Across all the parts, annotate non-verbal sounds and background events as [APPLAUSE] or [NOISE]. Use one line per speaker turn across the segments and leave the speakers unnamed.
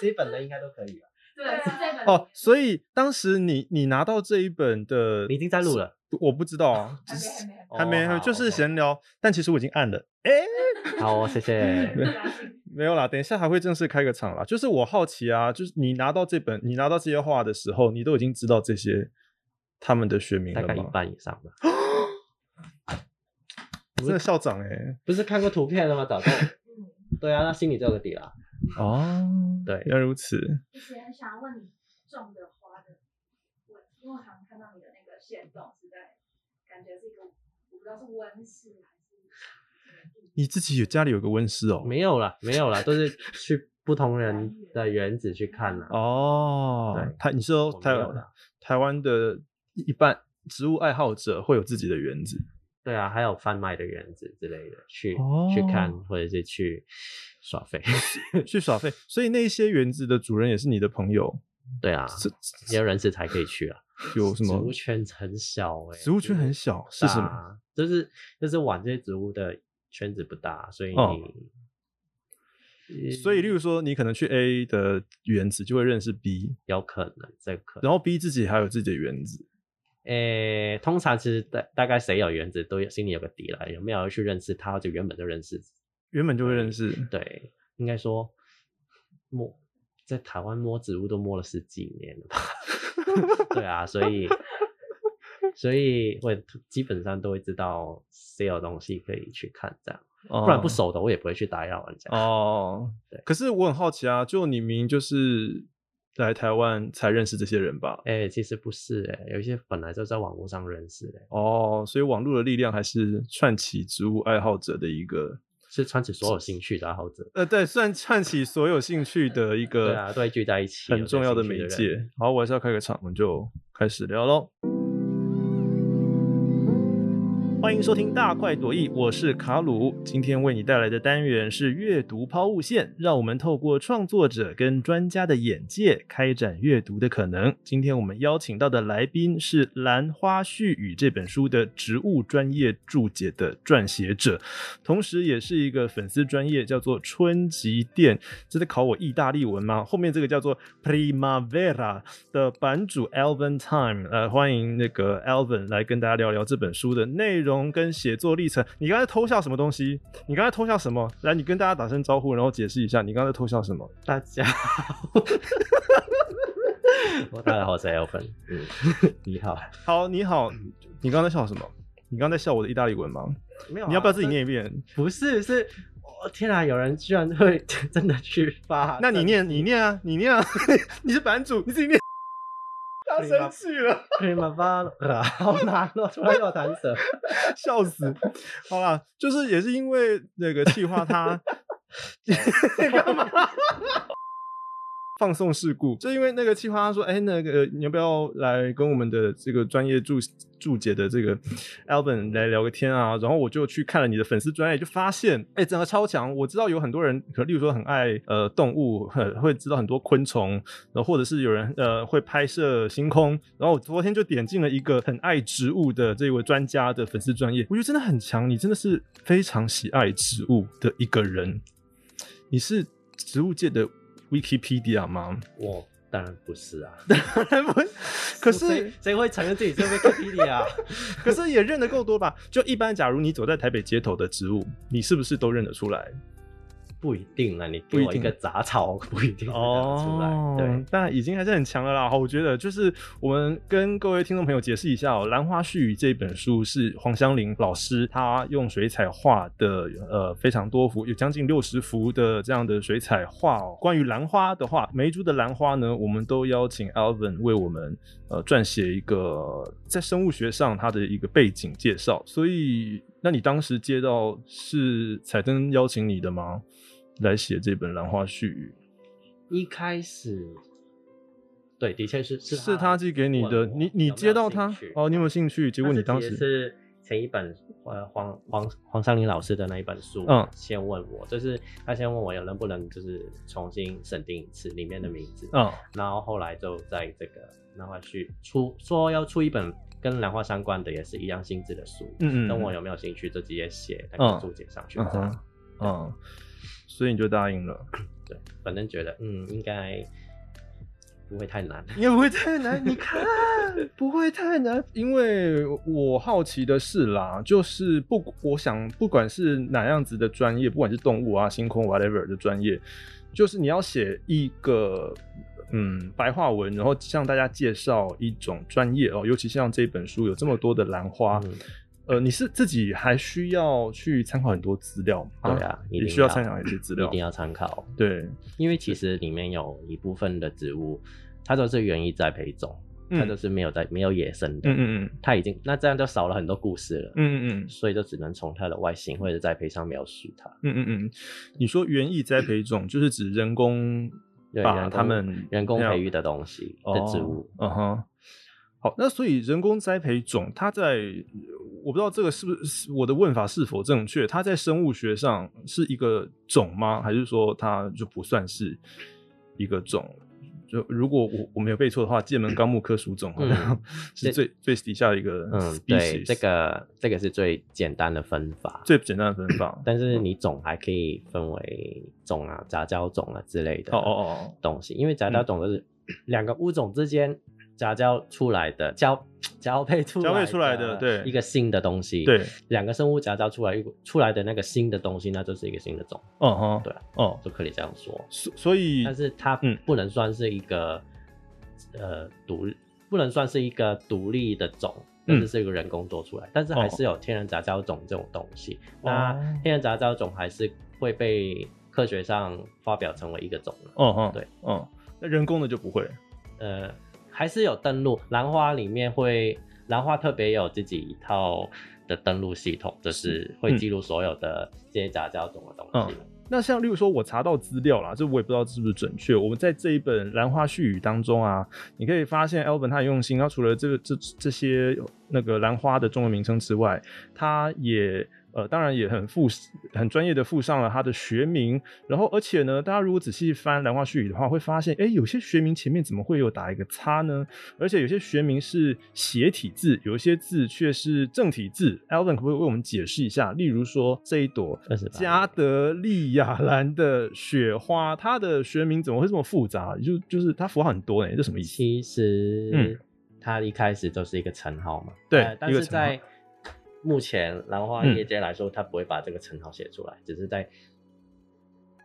这一本的应该都可以吧？
对，是这本
哦，所以当时你你拿到这一本的，
你已经在录了，
我不知道啊，
[LAUGHS] 还
只
没还
[LAUGHS] 是
没还
还没，
哦好
就是
，OK
闲聊，但其实我已经按了，哎，
好哦，谢 [LAUGHS] 谢。
没来信
没有啦，等一下还会正式开个场啦。就是我好奇啊，就是你拿到这本，你拿到这些画的时候，你都已经知道这些他们的学名
大
了
概一
吗？
半以上吧。
真的校长哎、
[LAUGHS] 不是看过图片了吗？早就。
[LAUGHS]
嗯，
对啊，那心里就有个底啦。
哦，
对
原来如此。
以前想要问你种的花的问题，因为我好像看到你的那个线动是在，感觉是一个我不知道是温室还是什么地
你自己有家里有个温室哦？
没有啦，没有啦，都是去不同人的园子去看啊啦。
哦
对，
台你说
我没
台
有啦
台湾的一半植物爱好者会有自己的园子
对啊，还有贩卖的园子之类的，去、
哦
去看或者是去耍废。 [LAUGHS]
去耍废，所以那些园子的主人也是你的朋友，
对啊，
这
也有人士才可以去啊。
有什
植物
么？
圈很小哎、
植物圈很
小
小是什么？
么？啊就是就是玩这些植物的圈子不大，所以你、
哦
嗯
所以，例如说，你可能去 A 的园子就会认识 B，
有可能这可能。
然后 B 自己还有自己的园子。
诶、通常其实大大概谁有园子都有心里有个底了，有没有去认识他，或者原本就认识。
原本就会认识，
对，应该说摸在台湾摸植物都摸了十几年了吧？ [LAUGHS] 对啊，所以所以我基本上都会知道谁有东西可以去看这样，
不
不然不熟的我也不会去打扰人家。
哦
对。
可是我很好奇啊，就你明明就是来台湾才认识这些人吧？
哎、其实不是哎、有一些本来就在网络上认识的、
哦，所以网络的力量还是串起植物爱好者的一个，
是穿起所有兴趣的啊爱好者，
呃，对，算串起所有兴趣的一
对
个
啊，都会聚在一起，
很重要
的
的媒
兴趣人
介。好，我还是要开个场，我们就开始聊喽。欢迎收听《大快朵颐》，我是卡鲁。今天为你带来的单元是阅读抛物线，让我们透过创作者跟专家的眼界，开展阅读的可能。今天我们邀请到的来宾是《兰花絮语》这本书的植物专业注解的撰写者，同时也是一个粉丝专业，叫做春吉店。这在考我意大利文吗？后面这个叫做 Primavera 的版主 Alvin Time，呃，欢迎那个 Alvin 来跟大家聊聊这本书的内容跟写作历程。你刚才偷笑什么东西？你刚才偷笑什么？来，你跟大家打声招呼，然后解释一下你刚才偷笑什么。
大家好， [LAUGHS] 我大家好，我是 Alvin，嗯，你好，
好，你好，你刚才笑什么？你刚才笑我的意大利文吗？
[LAUGHS] 没有、啊
你要不要自己？念一遍？
不是，是，我、天啊，有人居然会 [LAUGHS] 真的去发，
那你念，你念啊，你念啊， [LAUGHS] 你是版主，你自己念。他生气了。
Primavera，好难哦，突然又弹舌，
笑死！好啦，就是也是因为那个气化 [LAUGHS] 他干嘛？ [LAUGHS] 放送事故，就因为那个气化他说：“哎、那个你要不要来跟我们的这个专业注注解的这个 Alvin 来聊个天啊？”然后我就去看了你的粉丝专业，就发现哎、整个超强。我知道有很多人，可例如说很爱呃动物，很会知道很多昆虫，然后或者是有人呃会拍摄星空，然后我昨天就点进了一个很爱植物的这位专家的粉丝专业，我觉得真的很强，你真的是非常喜爱植物的一个人，你是植物界的 Wikipedia 吗？
[LAUGHS] 我当然不是啊，
[LAUGHS] 不是可是
谁谁会承认自己是 Wikipedia 啊？
可是也认得够多吧？就一般，假如你走在台北街头的植物，你是不是都认得出来？
[LAUGHS] 不一定啊，你
不
给
一
我一个杂草，不一定哦，出来，对。
但已经还是很强了啦。我觉得就是我们跟各位听众朋友解释一下哦，《兰花絮语》这本书是黄香玲老师她用水彩画的，呃，非常多幅，有将近六十幅的这样的水彩画哦。关于兰花的话，每一株的兰花呢，我们都邀请 Alvin 为我们呃撰写一个在生物学上它的一个背景介绍。所以，那你当时接到是彩灯邀请你的吗？来写这本《兰花絮语》。
一开始，对，的确是是
是他寄给你的，
问我
你你
有没
接
有
到
兴
他
趣
哦，你有没有兴趣？结果
但
你
是
当
其实
时
是前一本呃黄黄黄尚林老师的那一本书，
嗯
先问我，就是他先问我有能不能就是重新审定一次里面的名字，
啊
然后后来就在这个兰花去出说要出一本跟兰花相关的，也是一样性质的书，
嗯嗯，
问我有没有兴趣就直接写那个
嗯
注解上去，
嗯
这样 [LAUGHS]
哼嗯，所以你就答应了。
对，反正觉得嗯，应该不会太难。
应该不会太难，你看不会太难，因为我好奇的是啦，就是不，我想不管是哪样子的专业，不管是动物啊、星空 whatever 的专业，就是你要写一个嗯白话文，然后向大家介绍一种专业哦，尤其像这本书有这么多的兰花，
嗯
呃，你是自己还需要去参考很多资料吗？
对啊，一
也
定
需要参考一些资料
一定，要参考，
对，
因为其实里面有一部分的植物，它都是园艺栽培种，它都
嗯
是没有在没有野生的，
嗯嗯
它已经那这样就少了很多故事了，
嗯嗯嗯。
所以就只能从它的外形或者栽培上描述它。
嗯嗯嗯，你说园艺栽培种，就是指人工
对
把
人
他
工
们
人工培育
的
的东西的植物，
嗯哼，好，那所以人工栽培种，它在我不知道这个是不是我的问法是否正确，它在生物学上是一个种吗？还是说它就不算是一个种？就如果我我没有背错的话，界门纲目科属种
[COUGHS]
好像
嗯
是
这
最最底下的一个
嗯，对，
species，
这个这个是最简单的分法。
最简单的分法。
但是你种还可以分为种啊、杂交种啊之类的
哦哦哦，
东西，因为杂交种就是两个物种之间杂交出来的交交配出来
交配出来的对
一个新的东西，，
对，
两个生物杂交出来一个出来的那个新的东西，那就是一个新的种，
嗯哼，
对啊，
哦，
就可以这样说。
所所以
但是它
嗯
不能算是一个、呃独，不能算是一个独立的种，但
嗯
是是一个人工做出来，但是还是有天然杂交种这种东西。那
哦
天然杂交种还是会被科学上发表成为一个种的
哦哦，
对，
哦，那人工的就不会，
呃，还是有登录兰花里面会，兰花特别有自己一套的登录系统，就是会
嗯
记录所有的这些杂交种的东西。
那像例如说，我查到资料啦，这我也不知道是不是准确。我们在这一本《兰花絮语》当中啊，你可以发现 Elvin 他很用心，他除了这个这这些那个兰花的中文名称之外，他也呃当然也很附很专业的附上了他的学名。然后而且呢，大家如果仔细翻《兰花絮语》的话，会发现哎，诶有些学名前面怎么会有打一个叉呢？而且有些学名是斜体字，有一些字却是正体字。Elvin 可不可以为我们解释一下？例如说这一朵
二十
加德利亚兰的雪花，它的学名怎么会这么复杂？就就是它符号很多哎、这什么意思？
其
嗯
实，它一开始就是一个称号嘛。
对
呃但
一个
是
称号
在目前兰花
嗯
业界来说，它不会把这个称号写出来，只是在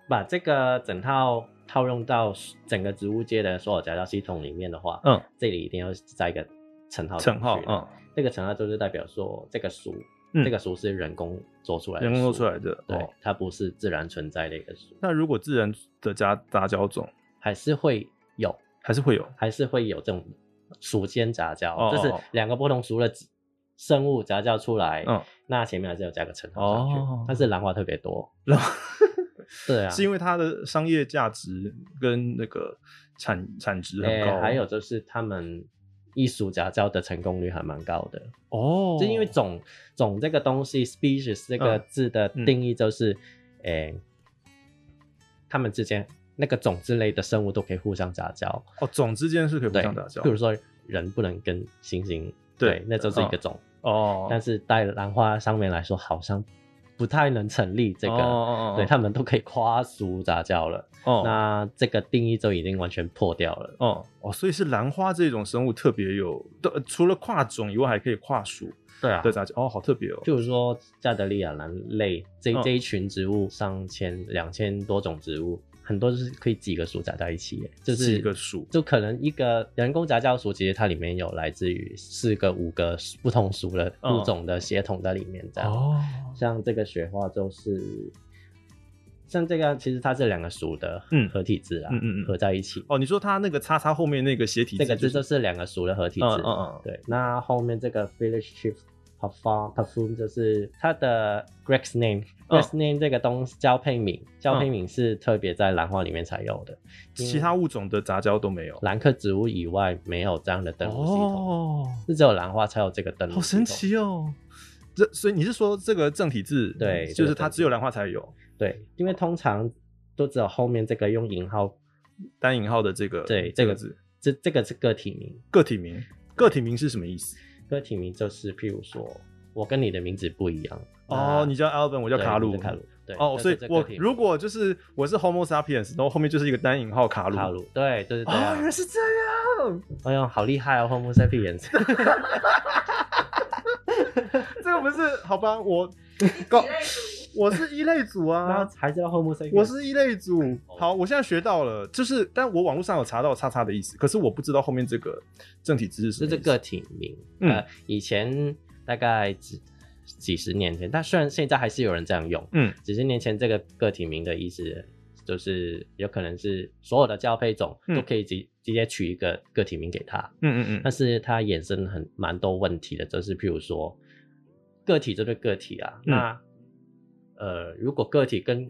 把这个整套套用到整个植物界的所有杂交系统里面的话，
嗯，
这里一定要加一个称号。
称号，嗯，
这个称号就是代表说这个属，
嗯
这个属是人工做出来的，
人工做出来。的。
对，
哦
它不是自然存在的一个属，
那如果自然的加杂交种
还是会有
还是会有
还是会有这种属间杂交，
哦
就是
哦哦
两个不同属的子生物杂交出来，
嗯
那前面还是有加个称号上去。
哦
但是兰花特别多，
然后
对啊，
[LAUGHS] 是因为它的商业价值跟那个产产值很
诶
高，
哎
哦
还有就是他们艺术杂交的成功率还蛮高的，
哦，
就因为种种这个东西 species 这个
嗯
字的
嗯
定义就是，诶、他们之间那个种之类的生物都可以互相杂交，
哦种之间是可以互
对，
相杂交
比如说人不能跟猩猩，
对
那就是一个种。
哦，
但是在兰花上面来说，好像不太能成立这个。
哦哦哦
对他们都可以跨俗杂交了，
哦
那这个定义就已经完全破掉了。
哦哦，所以是兰花这种生物特别有，呃除了跨种以外，还可以跨属
对啊
的杂交哦，好特别哦。
譬如说加德利亚兰类这
嗯
这一群植物，上千两千多种植物，很多就是可以几个属杂在一起耶，就是
几个属
就可能一个人工杂交属，其实它里面有来自于四个五个不同属的
嗯
物种的血统在里面，这样。
哦，
像这个雪花就是，像这个啊其实它是两个属的
嗯
合体字啊，
嗯嗯嗯
合在一起。
哦，你说它那个叉叉后面那个斜体
这个
字
字就是两个属的合体字，
嗯嗯嗯
对。那后面这个 Village Chief Parfum Parfum 就是它的 Greg's Name。
嗯
Greg's Name 这个东西交配名，交配名是特别在兰花里面才有的，
嗯其他物种的杂交都没有。
兰科植物以外没有这样的登录系统，
哦，
是只有兰花才有这个登录。
好神！奇哦！这所以你是说这个正体字，
对
就
这
是
个
它
正体
只有兰花才有
对，因为通常都只有后面这个用引号，
单引号的这个
对
这
这
个
个
字
这这个是个体名，
个体名，个体名是什么意思？
个体名就是，譬如说我跟你的名字不一样
哦，
那
你叫 Alvin，我叫
对
卡
你
鲁，
是卡鲁，对
哦，
这
所以
这
我
个题目
如果就是我是 Homo sapiens，然后后面就是一个单引号卡鲁。
套路，对对对对
哦，
啊
原来是这样，
哎呦，好厉害哦，Homo sapiens，
这个不是好吧？我
一类组
[LAUGHS] 我是一类组
那
啊，
还是要 Homo sapiens，
我是一类组。
哦
好，我现在学到了，就是但我网络上有查到“叉叉”的意思，可是我不知道后面这个正体知识是
是
什么
这
意思
个体名，
嗯
呃，以前大概几几十年前，但虽然现在还是有人这样用，
嗯，
几十年前这个个体名的意思就是有可能是所有的交配种
嗯
都可以直直接取一个个体名给它，
嗯嗯嗯
但是它衍生很蛮多问题的，就是譬如说个体针对个体啊，
嗯
那呃，如果个体跟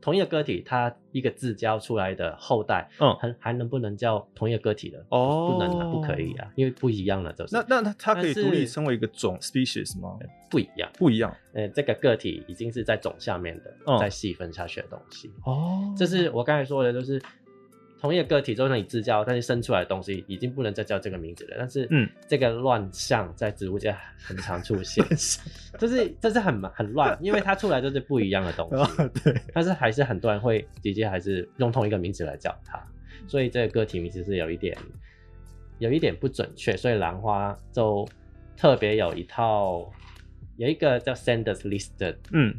同一个个体，它一个自交出来的后代，
嗯。
还还能不能叫同一个个体了？
哦
不能啊，不可以啊，因为不一样了，就是
那那它它可以
但是
独立成为一个种 species 吗？
不一样。
不一样
呃，这个个体已经是在种下面的，
嗯
再细分下去的东西。
哦
这是我刚才说的，就是同一个个体都是你自交，但是生出来的东西已经不能再叫这个名字了。但是，
嗯，
这个乱象在植物界很常出
[LAUGHS]
现，就是这是很麻很乱，因为它出来都是不一样的东
[LAUGHS] 啊
西，
对，
但是还是很多人会直接还是用同一个名字来叫它，所以这个个体名其实有一点有一点不准确，所以兰花就特别有一套有一个叫 Sanders List 的
嗯，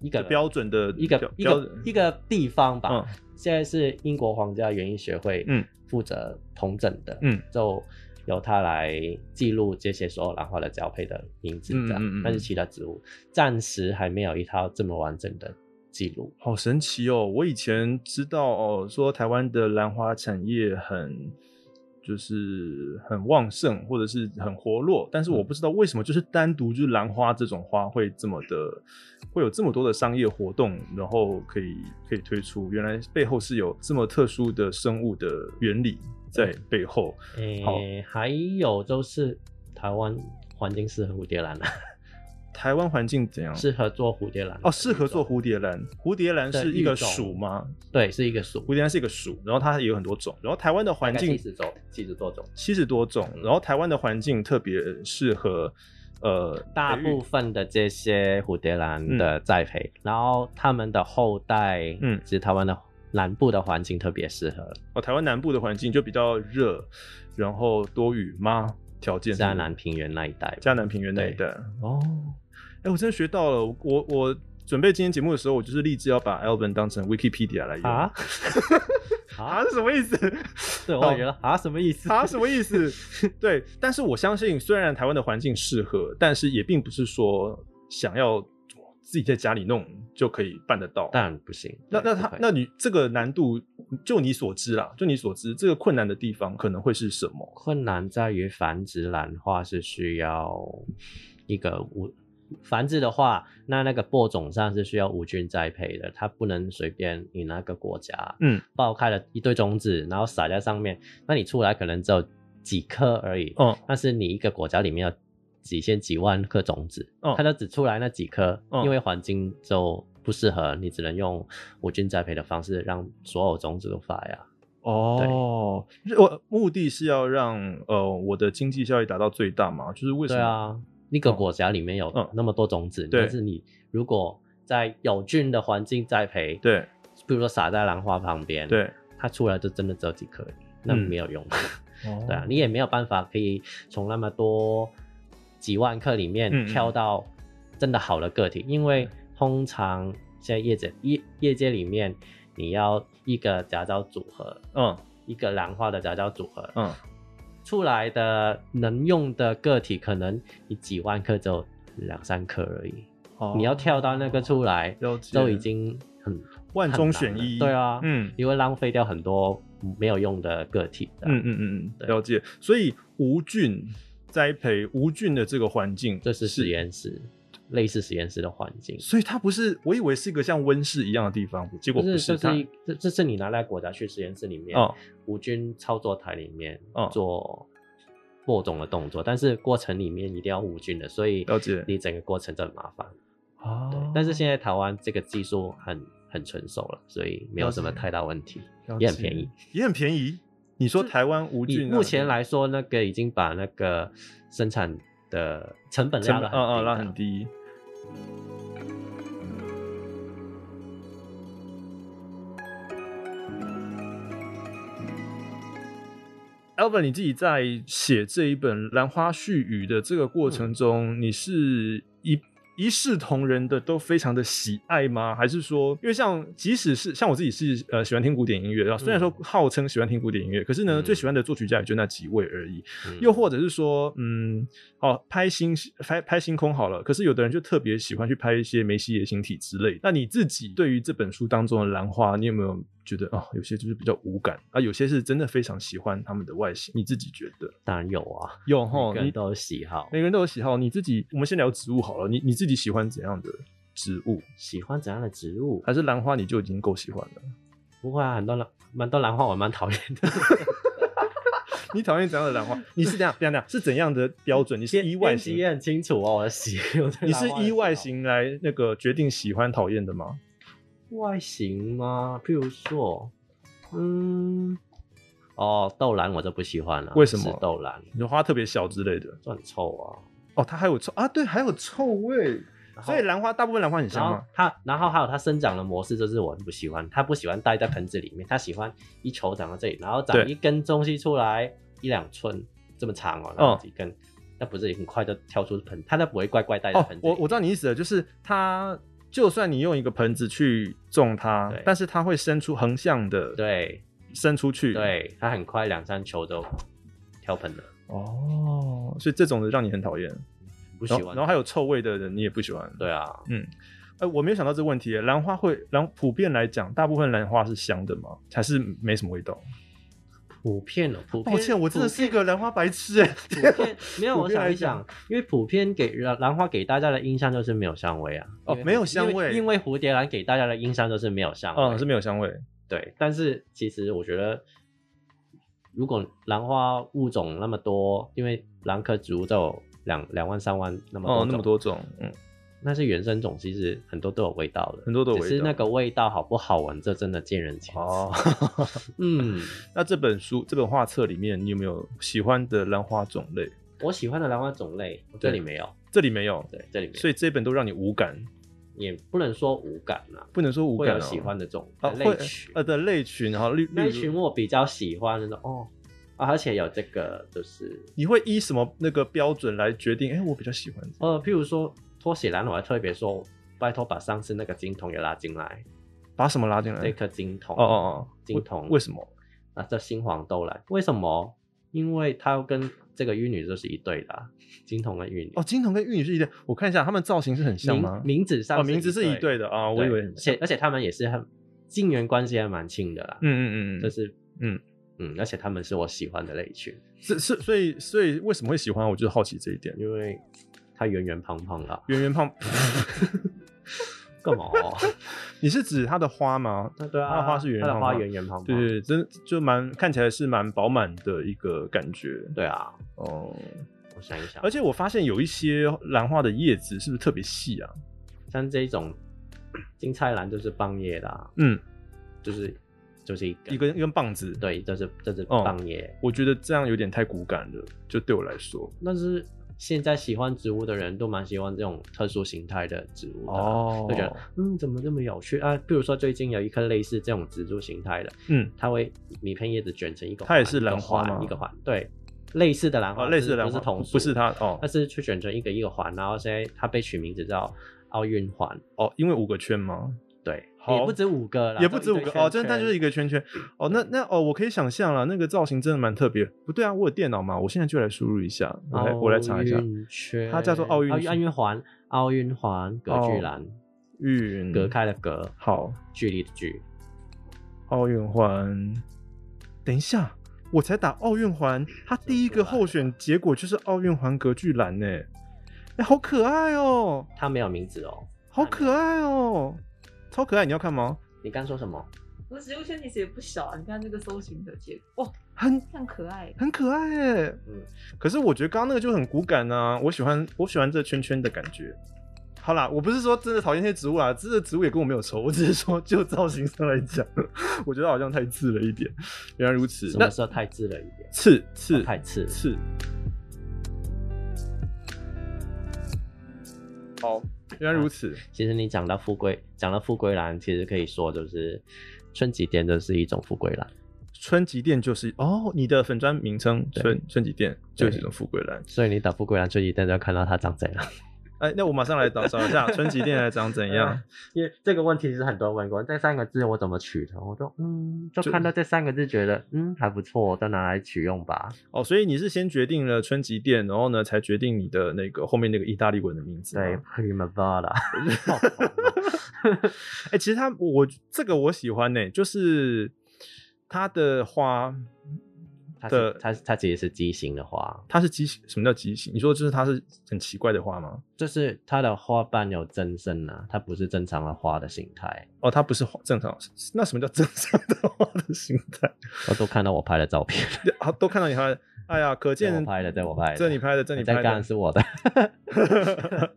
一个
标准的
一个
标
一
标
个一个地方吧，
嗯
现在是英国皇家园艺学会
嗯
负责统整的，
嗯
就由他来记录这些所有兰花的交配的名字
嗯
这样，
嗯嗯嗯
但是其他植物暂时还没有一套这么完整的记录。
好神奇哦！我以前知道哦，说台湾的兰花产业很就是很旺盛，或者是很活络，但是
嗯
我不知道为什么，就是单独就是兰花这种花会这么的，会有这么多的商业活动，然后可以可以推出，原来背后是有这么特殊的生物的原理在
嗯
背后。
诶、
好
还有就是台湾环境适合蝴蝶兰啊，
台湾环境怎样？
适合做蝴蝶兰
哦，适合做
蝴
蝴蝶兰。蝴蝶兰
的
是一个
育种
属吗？
对是一个属
蝴，蝶兰是一个属，然后它也有很多种，然后台湾的环境
七十种七十多种，
七十多种，然后台湾的环境特别适合，呃，
大
培育
部分的这些蝴蝶兰
嗯
的栽培，然后它们的后代，
嗯
其实台湾的南部的环境特别适合，
哦，台湾南部的环境就比较热，然后多雨吗？条件是
在南平原那一带。
嘉南平原那一带
对
哦，哎、我真的学到了，我我准备今天节目的时候，我就是立志要把 Alvin 当成 Wikipedia 来用
啊
啊
啊！
是什么意思？
对，我也觉得啊，什么意思？
啊，什么意思？对，但是我相信，虽然台湾的环境适合，但是也并不是说想要自己在家里弄就可以办得到。
当然不行。
那
对
那
不
他
可以
那你这个难度，就你所知啦，就你所知，这个困难的地方可能会是什么？
困难在于繁殖兰花是需要一个无繁殖的话，那那个播种上是需要无菌栽培的，它不能随便你那个国家，
嗯，
爆开了一堆种子，然后撒在上面，那你出来可能只有几颗而已，
哦
但是你一个国家里面有几千几万颗种子，
哦
它就只出来那几颗，
哦
因为环境就不适合，你只能用无菌栽培的方式让所有种子都发芽。
哦，我目的是要让呃我的经济效益达到最大嘛，就是为什
对
么？
啊，一个
嗯
国家里面有
嗯
那么多种子，
对
但是你如果在有菌的环境栽培，，
对
比如说撒在兰花旁边，，
对，
它出来就真的只有几颗，那
嗯
没有
[LAUGHS]
用。
哦
对啊，你也没有办法可以从那么多几万克里
嗯嗯
面挑到真的好的个体，因为通常现在业者业业界里面，你要一个杂交组合，
嗯
一个兰花的杂交组合，
嗯
出来的能用的个体可能你几万克只有两三克而已，
哦
你要跳到那个出来，
了解
都已经很
哦万中选一，
很难了对啊，
嗯
你会浪费掉很多没有用的个体的，
嗯嗯嗯嗯，
对
了解。所以无菌栽培无菌的这个环境，
这是实验室，类似实验室的环境。
所以它不是，我以为是一个像温室一样的地方，结果
不
不
是，这
它
是一这这是你拿来国家去实验室里面，
哦
无菌操作台里面
哦
做播种的动作，但是过程里面一定要无菌的，所以
了解
你整个过程就很麻烦。
啊
对，但是现在台湾这个技术很很成熟了，所以没有什么太大问题，也很便宜。，
也很便宜。你说
就
台湾无
以
菌、啊，
目前来说，那个已经把那个生产的成本
成
拉
本哦
得
啊啊拉
很
很
低
低。 Alvin，你自己在写这一本《兰花絮语》的这个过程中，你是一一视同仁的都非常的喜爱吗？还是说，因为像即使是像我自己是呃喜欢听古典音乐，然后虽然说
嗯
号称喜欢听古典音乐，可是呢，
嗯
最喜欢的作曲家也就那几位而已。
嗯
又或者是说，嗯，哦，拍星拍拍星空好了，可是有的人就特别喜欢去拍一些梅西野形体之类的。那你自己对于这本书当中的兰花，你有没有觉得哦，有些就是比较无感啊，有些是真的非常喜欢它们的外形？你自己觉得
当然有啊，
有
每
哈？
个
哦你哎
人都有喜好，
每个人都有喜好，你自己我们先聊植物好了，你你自己喜欢怎样的植物？
喜欢怎样的植物？
还是兰花你就已经够喜欢了？
不会啊，很多兰蛮多兰花我蛮讨厌的。
[LAUGHS] 你讨厌怎样的兰花？你是怎样？怎样怎样？是怎样的标准？ [LAUGHS] 你是
编
意外
编辑
型？
也很清楚哦，我的喜， [LAUGHS] 我对
你
兰
是
花的
意
喜
外
好
型来那个决定喜欢讨厌的吗？
外形吗？譬如说，嗯，哦，豆兰我就不喜欢了。
为什么
是豆兰
你说花特别小之类的。
就很臭啊。
哦，它还有臭啊，对，还有臭味。
然后
所以兰花大部分兰花哦很香
然后
嘛。
它，然后还有它生长的模式，就是我很不喜欢，它不喜欢待在盆子里面，它喜欢一球长到这里，然后长
对
一根东西出来一两寸这么长哦，
嗯
然后几根，那不是也很快就跳出盆，它都不会乖乖待在
哦
盆，子里
我
面。
我知道你意思了，就是它就算你用一个盆子去种它
对，
但是它会伸出横向的，，
对
伸出去。，
对，它很快两三球都跳盆了，
哦，所以这种的让你很讨厌。
不喜
然
欢
后然后还有臭味的人你也不喜欢。，
对啊，
呃，我没有想到这个问题，兰花会兰普遍来讲，大部分兰花是香的吗？还是没什么味道？
普遍了，普遍
抱歉，我真的
普
是一个兰花白痴哎。
普
[LAUGHS]
遍没有，
普
我
遍
想
来
一
讲
想，因为普遍给兰兰花给大家的印象就是没有香味啊。
哦
因为
没有
蝴
香
因为
味
因为蝴蝶兰给大家的印象就是没有香味。
哦，是没有香味。
对，但是其实我觉得，如果兰花物种那么多，因为兰科植物都有两两万三万那么多、
哦，那么，多种，嗯，
那是原生种，其实很多都有味道的。
很多的味道。
只是那个味道好不好闻，这真的见仁见智。
哦， [LAUGHS]
嗯，
那这本书这本画册里面，你有没有喜欢的兰花种类？
我喜欢的兰花种类，这
对
里没有，
这里没有，
对，这里没有，
所以这本都让你无感，
也不能说无感啊。
不能说无
会
感、
有
哦。
喜欢的种
啊，
类
会
群。
呃的类群，然后例
类
例
群
如，
我比较喜欢的是哦、啊，而且有这个就是
你会依什么那个标准来决定？哎、我比较喜欢。
呃，譬如说拖鞋兰，我还特别说，拜托把上次那个金童也拉进来，
把什么拉进来？
这颗金童
哦哦哦，
金童
为为什么？
啊，这新黄豆兰为什么？因为它要跟这个玉女就是一对的啊、金童跟玉女
哦，金童跟玉女是一对，我看一下，他们造型是很像吗
名？名字上
哦，名字是一对
对
的啊、
对
我以为很
而且而且他们也是很近缘关系还蛮近的啦，
嗯嗯嗯
就
嗯，
是
嗯
嗯，而且他们是我喜欢的类群，
是是，所以所以为什么会喜欢？我就是好奇这一点。
因为它圆圆胖胖的啊，
圆圆
[LAUGHS]
胖，
干嘛哦、
你是指它的花吗？
[LAUGHS] 那对啊，
它的花是圆
它
圆
的
胖
花
胖
圆圆胖胖，
对对，真的就蛮看起来是蛮饱满的一个感觉
对啊，
哦。
我想一想，
而且我发现有一些兰花的叶子是不是特别细啊？
像这一种金菜兰就是棒叶的、啊，
嗯，
就是就是一根
一根一根棒子。，
对，这是这是
哦
棒叶，
我觉得这样有点太骨感了，就对我来说。
但是。现在喜欢植物的人都蛮喜欢这种特殊形态的植物的啊、
哦
就觉得嗯怎么这么有趣啊？比如说最近有一棵类似这种植株形态的，
嗯，
它会你片叶子卷成一个环，
它也是兰
一个
花
环
吗
一个环，对，类似的兰花，
哦，类似的兰
不是
花，
不是同属
不是它哦
它是去选成一个一个环，然后现在它被取名字叫奥运环，
哦，因为五个圈吗？
对，
好
也不止五个啦，
也不止五
就一
个
堆圈
哦，真的它就是一个圈圈哦。那那哦，我可以想象了，那个造型真的蛮特别。不对啊，我有电脑嘛，我现在就来输入一下，我来我来查一下
奥运圈
它叫做奥运哦
奥运奥运环，奥运环隔距栏，
运
隔开的隔，
好
距离的距，
奥运环。等一下，我才打奥运环，它第一个候选结果就是奥运环隔距栏呢。哎、好可爱哦、
它没有名字哦。
好可爱哦、超可爱！你要看吗？
你刚说什么？
我植物圈其实也不小啊，你看这个搜寻的结果，哇，
很
非常可爱。
很可爱哎、
嗯
可是我觉得刚刚那个就很骨感啊，我喜欢我喜欢这圈圈的感觉。好啦，我不是说真的讨厌那些植物啦，啊这个植物也跟我没有仇，我只是说就造型上来讲， [LAUGHS] 我觉得好像太刺了一点。原来如此，
什
那
么时候太字了一点？
刺刺
哦太刺。
刺。好，原来如此。
其实你讲到富贵，讲到富贵兰，其实可以说就是春季点就是一种富贵兰。
春吉店就是哦，你的粉砖名称
对
春春吉店就是
对
一种富贵兰。
所以你打富贵兰就一定要看到它长怎样。
哎，那我马上来找找一下春吉店来长
[LAUGHS]
怎样。
因为这个问题是很多人问过，这三个字我怎么取的？我说，嗯，就
就
看到这三个字觉得，嗯，还不错，就拿来取用吧。
哦，所以你是先决定了春吉店，然后呢才决定你的那个后面那个意大利文的名字吗。
对，prima vada，
[LAUGHS] 哎、其实它我这个我喜欢呢、就是它的花，
它
的
是它是它其实是畸形的花，
它是畸形。什么叫畸形？你说就是它是很奇怪的花吗？
就是它的花瓣有增生啊，它不是正常的花的形态。
哦，它不是花正常。那什么叫正常的花的形态？ [LAUGHS]
我都看到我拍的照片，
啊，都看到你拍，哎呀，可
这我
见
拍的，这我拍的，
这你拍的，这你
在
拍
干
的。
是我的，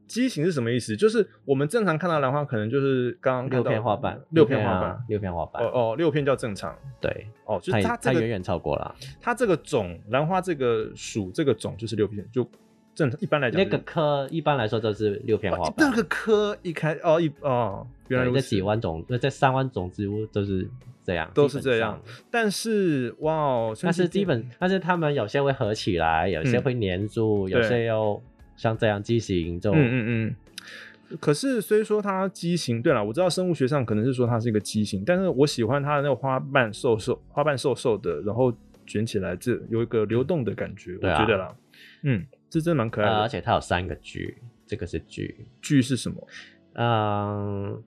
畸形是什么意思？就是我们正常看到兰花，可能就是刚刚看
六
到
片花瓣，
六片花
啊
瓣，，
六片花瓣，
哦哦，六片叫正常。
对，
哦，就
它
是
也
它
它
这个
远远超过了
它这个种兰花这个属这个种就是六片，就正常一般来讲
那个
就是
科，一般来说都是六片花
哦
瓣
那。个科一开哦一哦，原来
对
如
这
此
几。万种，那这三万种植物都是这样，
都
基
是
本
这
上
样。但是哇哦，
但是
春季
基本，但是它们有些会合起来，有些
嗯
会粘住，有
对
些又像这样畸形，就
嗯嗯嗯。可是虽说它畸形，对了，我知道生物学上可能是说它是一个畸形，但是我喜欢它的那个花瓣瘦瘦，花瓣瘦瘦的，然后卷起来这有一个流动的感觉，
对啊
我觉得啦，嗯，这真的蛮可爱
呃，而
的。
且它有三个句，这个是句，
剧是什么？
嗯，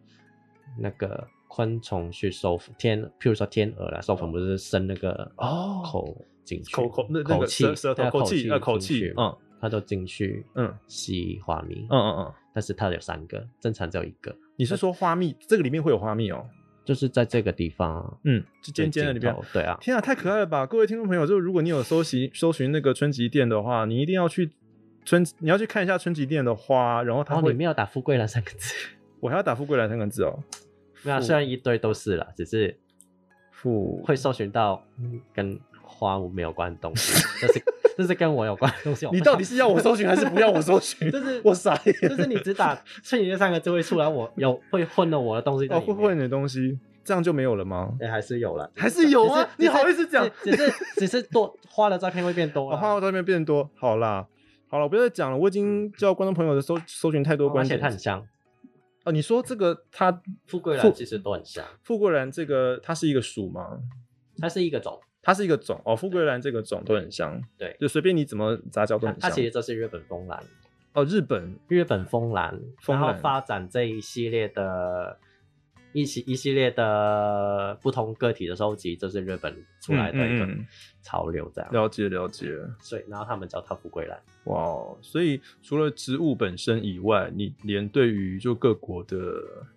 那个昆虫去授粉，天，譬如说天鹅啦，授粉不是伸那个
哦
口进去，
口口那那
口
个
气
舌舌头
对
口
气
气呃口
进
气
去，
嗯
它就进去
嗯
吸花蜜，
嗯，嗯嗯。
但是它有三个，正常只有一个，
你是说花蜜？这个里面会有花蜜哦。
就是在这个地方啊，
嗯，就
最
尖尖的里
尽
面
头。，对啊，
天啊，太可爱了吧！各位听众朋友，就如果你有搜寻搜寻那个春吉店的话，你一定要去春，你要去看一下春吉店的花，然后它
然后
会，
你没有打富贵兰三个字，
我还要打富贵兰三个字哦。
没有啊，
富
虽然一堆都是啦，只是
富
会搜寻到嗯跟花无没有关的东西，这是这是跟我有关的
[LAUGHS]
东西。 [LAUGHS]
你到底是要我搜寻还是不要我搜寻？
就是
我傻眼，
就是你只打“春雨”这三个字会出来，我有会混了我的东西在
哦，
里
会
面。
不会你的东西这样就没有了吗？
哎、还是有了，
还是有啊？
只是
你好意思讲？哦
只是只是只是多花的照片会变多
我
了，
话到这边变多，好啦，好了，我不要再讲了，我已经叫观众朋友的搜搜寻太
嗯
多
哦而
观
且
点。
它很像
哦，你说这个它
富贵
富
兰，其实都很像，
富贵兰这个它是一个属吗？
它是一个种，
它是一个种哦，富贵兰这个种都很香，
对
就随便你怎么杂交都
它
很
它
香。
其实就是日本风兰，
哦，日本
日本风兰，
风
然
兰
后发展这一系列的。一系一系列的不同个体的收集，这是日本出来的一个
嗯嗯嗯
潮流，这样。
了解了解，
所以然后他们叫它富贵兰。
哇哦！所以除了植物本身以外，你连对于就各国的，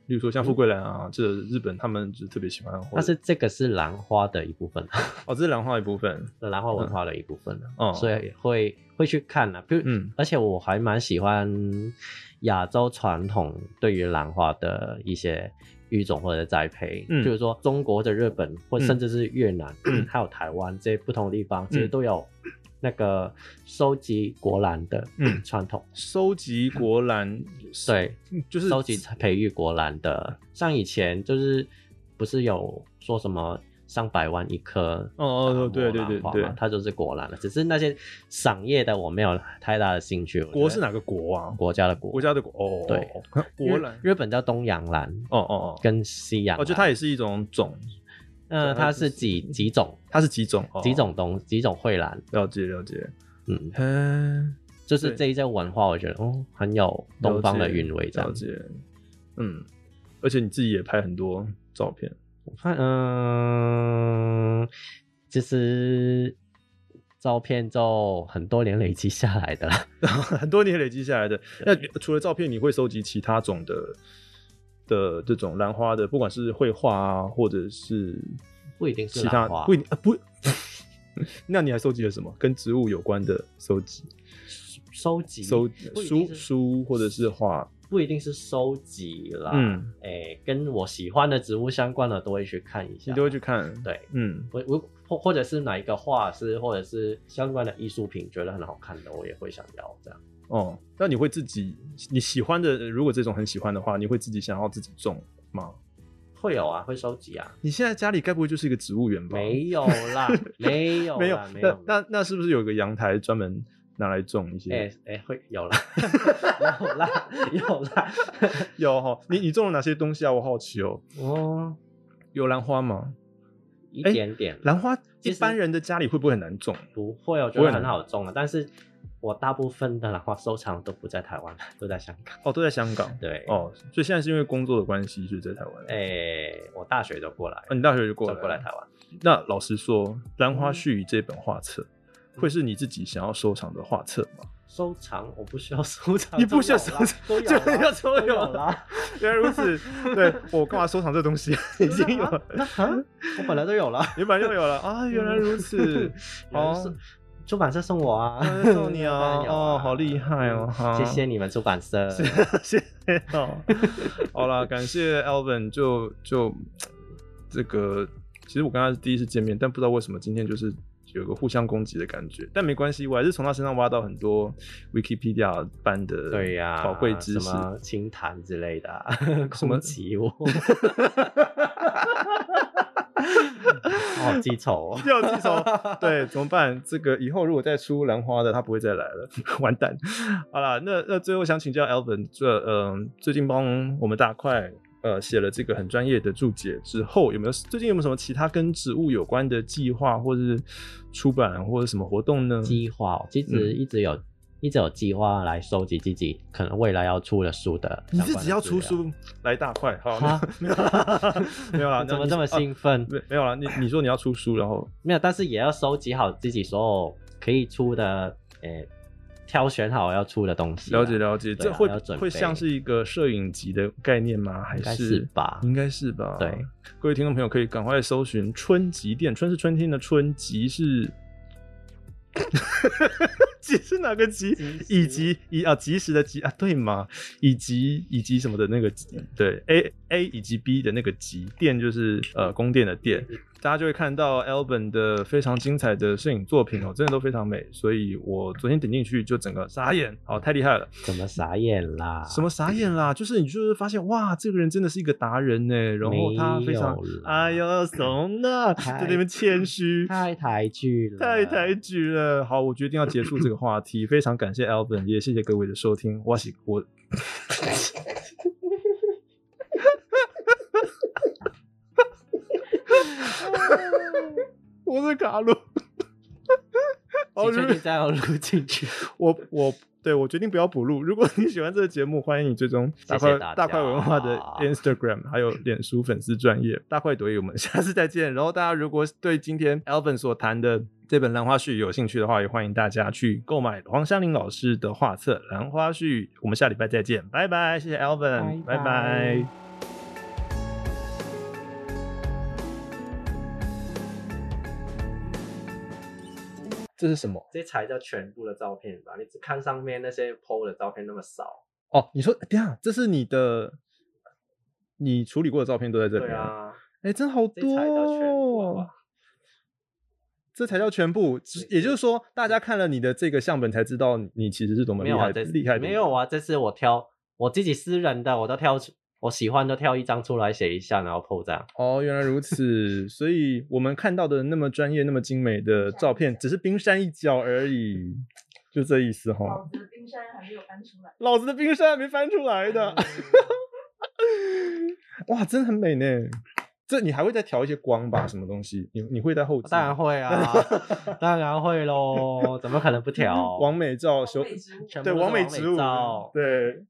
例如说像富贵兰啊，这日本他们就特别喜欢，或
但
者
嗯是这个是兰花的一部分，
哦，这是兰花一部分，
兰花文化的一部分了，
嗯哦
所以会会去看呢、比如，
嗯
而且我还蛮喜欢亚洲传统对于兰花的一些育种或者栽培，
嗯
比如说中国的、日本或
嗯
甚至是越
[CLEARS THROAT]
南，
嗯
还有台湾这些不同的地方，其实
嗯
都有那个收集国兰的
嗯
[CLEARS THROAT] 传统，
收集国兰，
对，
嗯就是
收集培育国兰的，像以前就是不是有说什么上百万一颗
哦哦
达摩
对对对
兰花
对
嘛它就是国兰了。只是那些赏叶的我没有太大的兴趣。我觉
国
得
是哪个国啊？
国家的国？
国家的国哦，
对
哦，哦
日
国兰，
日本叫东洋兰，
哦哦哦，
跟西洋兰。
哦，就它也是一种种，
嗯，它是几几种
它是几种？哦
几？种东几种蕙兰，
了解了解，
嗯，
嗯，
就是
对
这一些文化，我觉得哦很有东方的
了解
韵味这
了
样。
解，嗯，而且你自己也拍很多照片， [LAUGHS]
我看，嗯，其实照片就很多年累积下来的啦。
很多年累积下来的。那除了照片，你会收集其他种的的这种兰花的，不管是绘画啊，或者是
不一定是
其他
兰花
不一定啊不。 [LAUGHS] 那你还收集了什么跟植物有关的收集？
收集
收
不一定
书
是
书或者是画？
不一定是收集啦，
嗯，
哎、跟我喜欢的植物相关的都会去看一下，
你都会去看？，
对，
嗯，
我我或或者是哪一个画师或者是相关的艺术品觉得很好看的，我也会想要这样。
哦，那你会自己你喜欢的，如果这种很喜欢的话，你会自己想要自己种吗？
会有啊，会收集啊，
你现在家里该不会就是一个植物园吧？
没有
[LAUGHS]
啦，没有
哦没有
啦，没
那
有，
那那是不是有个阳台专门拿来种一些？
哎哎会有啦， [LAUGHS] 有啦有啦，
有哈，你你种了哪些东西啊？我好奇 [LAUGHS] 哦。
哦，
有兰花吗？
一
哎
点点啦
兰花
其
一
实
般人的家里会不会很难种？啊
不会，我觉
不会
得
很
很好种啊，但是我大部分的兰花收藏都不在台湾， [LAUGHS] 都在香港。
哦，都在香港。
对，
哦，所以现在是因为工作的关系，所以在台湾。
诶、我大学就过来，
哦，你大学就过
就
来
哎过来
了
台湾。
那老实说，《兰花
嗯
絮语》这本画册会是你自己想要收藏的画册
[LAUGHS]
吗？
收藏我不需要收藏，
你不
都
需要
有啦
收藏
都有
就
啦
要收
都
有
有啦，
原来如此， [LAUGHS] 对我干嘛收藏这
[LAUGHS]
东西？已经有了，
那啊，我本来都有了。
原本就有了啊！原来
[LAUGHS]
如此，
有
哦
人送出版社送我啊
啊，送你
[LAUGHS]
啊
当然有
哦好厉害哦哈
谢谢你们出版社， [LAUGHS]
谢谢哦。 [LAUGHS] 好啦，感谢 Alvin，就就这个，其实我跟他是第一次见面，但不知道为什么今天就是有个互相攻击的感觉。但没关系，我还是从他身上挖到很多 Wikipedia 般的
对呀、
宝贵知识
什。么清谈之类的、
[LAUGHS]
啊，
什么
攻击我，好记仇
[LAUGHS]
哦。
又记仇，对，怎么办？这个以后如果再出兰花的，他不会再来了， [LAUGHS] 完蛋。好啦，那那最后想请教 Alvin，这嗯、最近帮我们大块呃写了这个很专业的注解之后，有没有最近有没有什么其他跟植物有关的计划，或是出版或者什么活动呢？
计划哦，其实
嗯
一直有、一直有计划来收集自己可能未来要出的书的。
你自己要出？书来大块，好，
啊
没有啦， [LAUGHS] 没有啦，
[LAUGHS] 怎
那
么
你
这么
啊
兴奋？
没没有啦，你你说你要出书，然后
没有，但是也要收集好自己所有可以出的，诶、挑选好要出的东西啊。
了解了解，
对
这
啊
会
要准备
会像是一个摄影集的概念吗？还
应该
是
是吧
应该是吧。
对，
各位听众朋友可以赶快搜寻“春集店”，春是春天的春，集是 [LAUGHS] 集是哪个集
集是？
以及以啊，及时的及啊，对吗？以及以及什么的那个集对 A A 以及 B 的那个集店就是呃宫殿的殿，大家就会看到 Albon 的非常精彩的摄影作品哦，真的都非常美，所以我昨天点进去就整个傻眼，哦，太厉害了。
怎么傻眼啦？
什么傻眼啦？就是你就是发现哇，这个人真的是一个达人呢，然后他非常
没有啦
哎呦怂了，
太
在那边谦虚，
太抬举了，
[LAUGHS] 太抬举了。好，我决定要结束这个话题，非常感谢 Alvin，也谢谢各位的收听。我是我，
哦
我是卡路， [LAUGHS] 好
你确
如
定这样录进去？
我我对我决定不要补录。如果你喜欢这个节目，欢迎你追踪大块
谢谢大家
大块文化的 Instagram，还有脸书粉丝专业大块朵颐。我们 [LAUGHS] 下次再见。然后大家如果对今天 Alvin 所谈的这本《兰花絮语》有兴趣的话，也欢迎大家去购买黄香玲老师的画册《兰花絮语》。我们下礼拜再见，拜拜，谢谢 Alvin，
拜拜
拜拜这是什么？
[LAUGHS] 这才叫全部的照片吧？你只看上面那些 PO 的照片那么少。
哦，你说，等一下，这是你的，你处理过的照片都在这里
对
吗，
啊，
哎、真好
这
多、
才叫全部好不
哦
好，
这才叫全部。只也就是说，大家看了你的这个相本才知道你其实是多么
没
厉
有
害
啊，
的、
这
厉害的。
没有，啊，这次我挑我自己私人的，我都挑出我喜欢都挑一张出来写一下，然后 PO 这样。
哦，原来如此。所以我们看到的那么专业、那么精美的照片，只是冰山一角而已，就这意思哈
老。子的冰山还没有搬出来，
老子的冰山还没翻出来的，
嗯
哇，真的很美呢。这你还会再调一些光吧？什么东西？你你会在后期？
当然会 [LAUGHS] 啊，当然会喽，怎么可能不调？
[LAUGHS] 完美照修
美，植物
全部
对，
都是
完
完
美
美
植物
照，
对。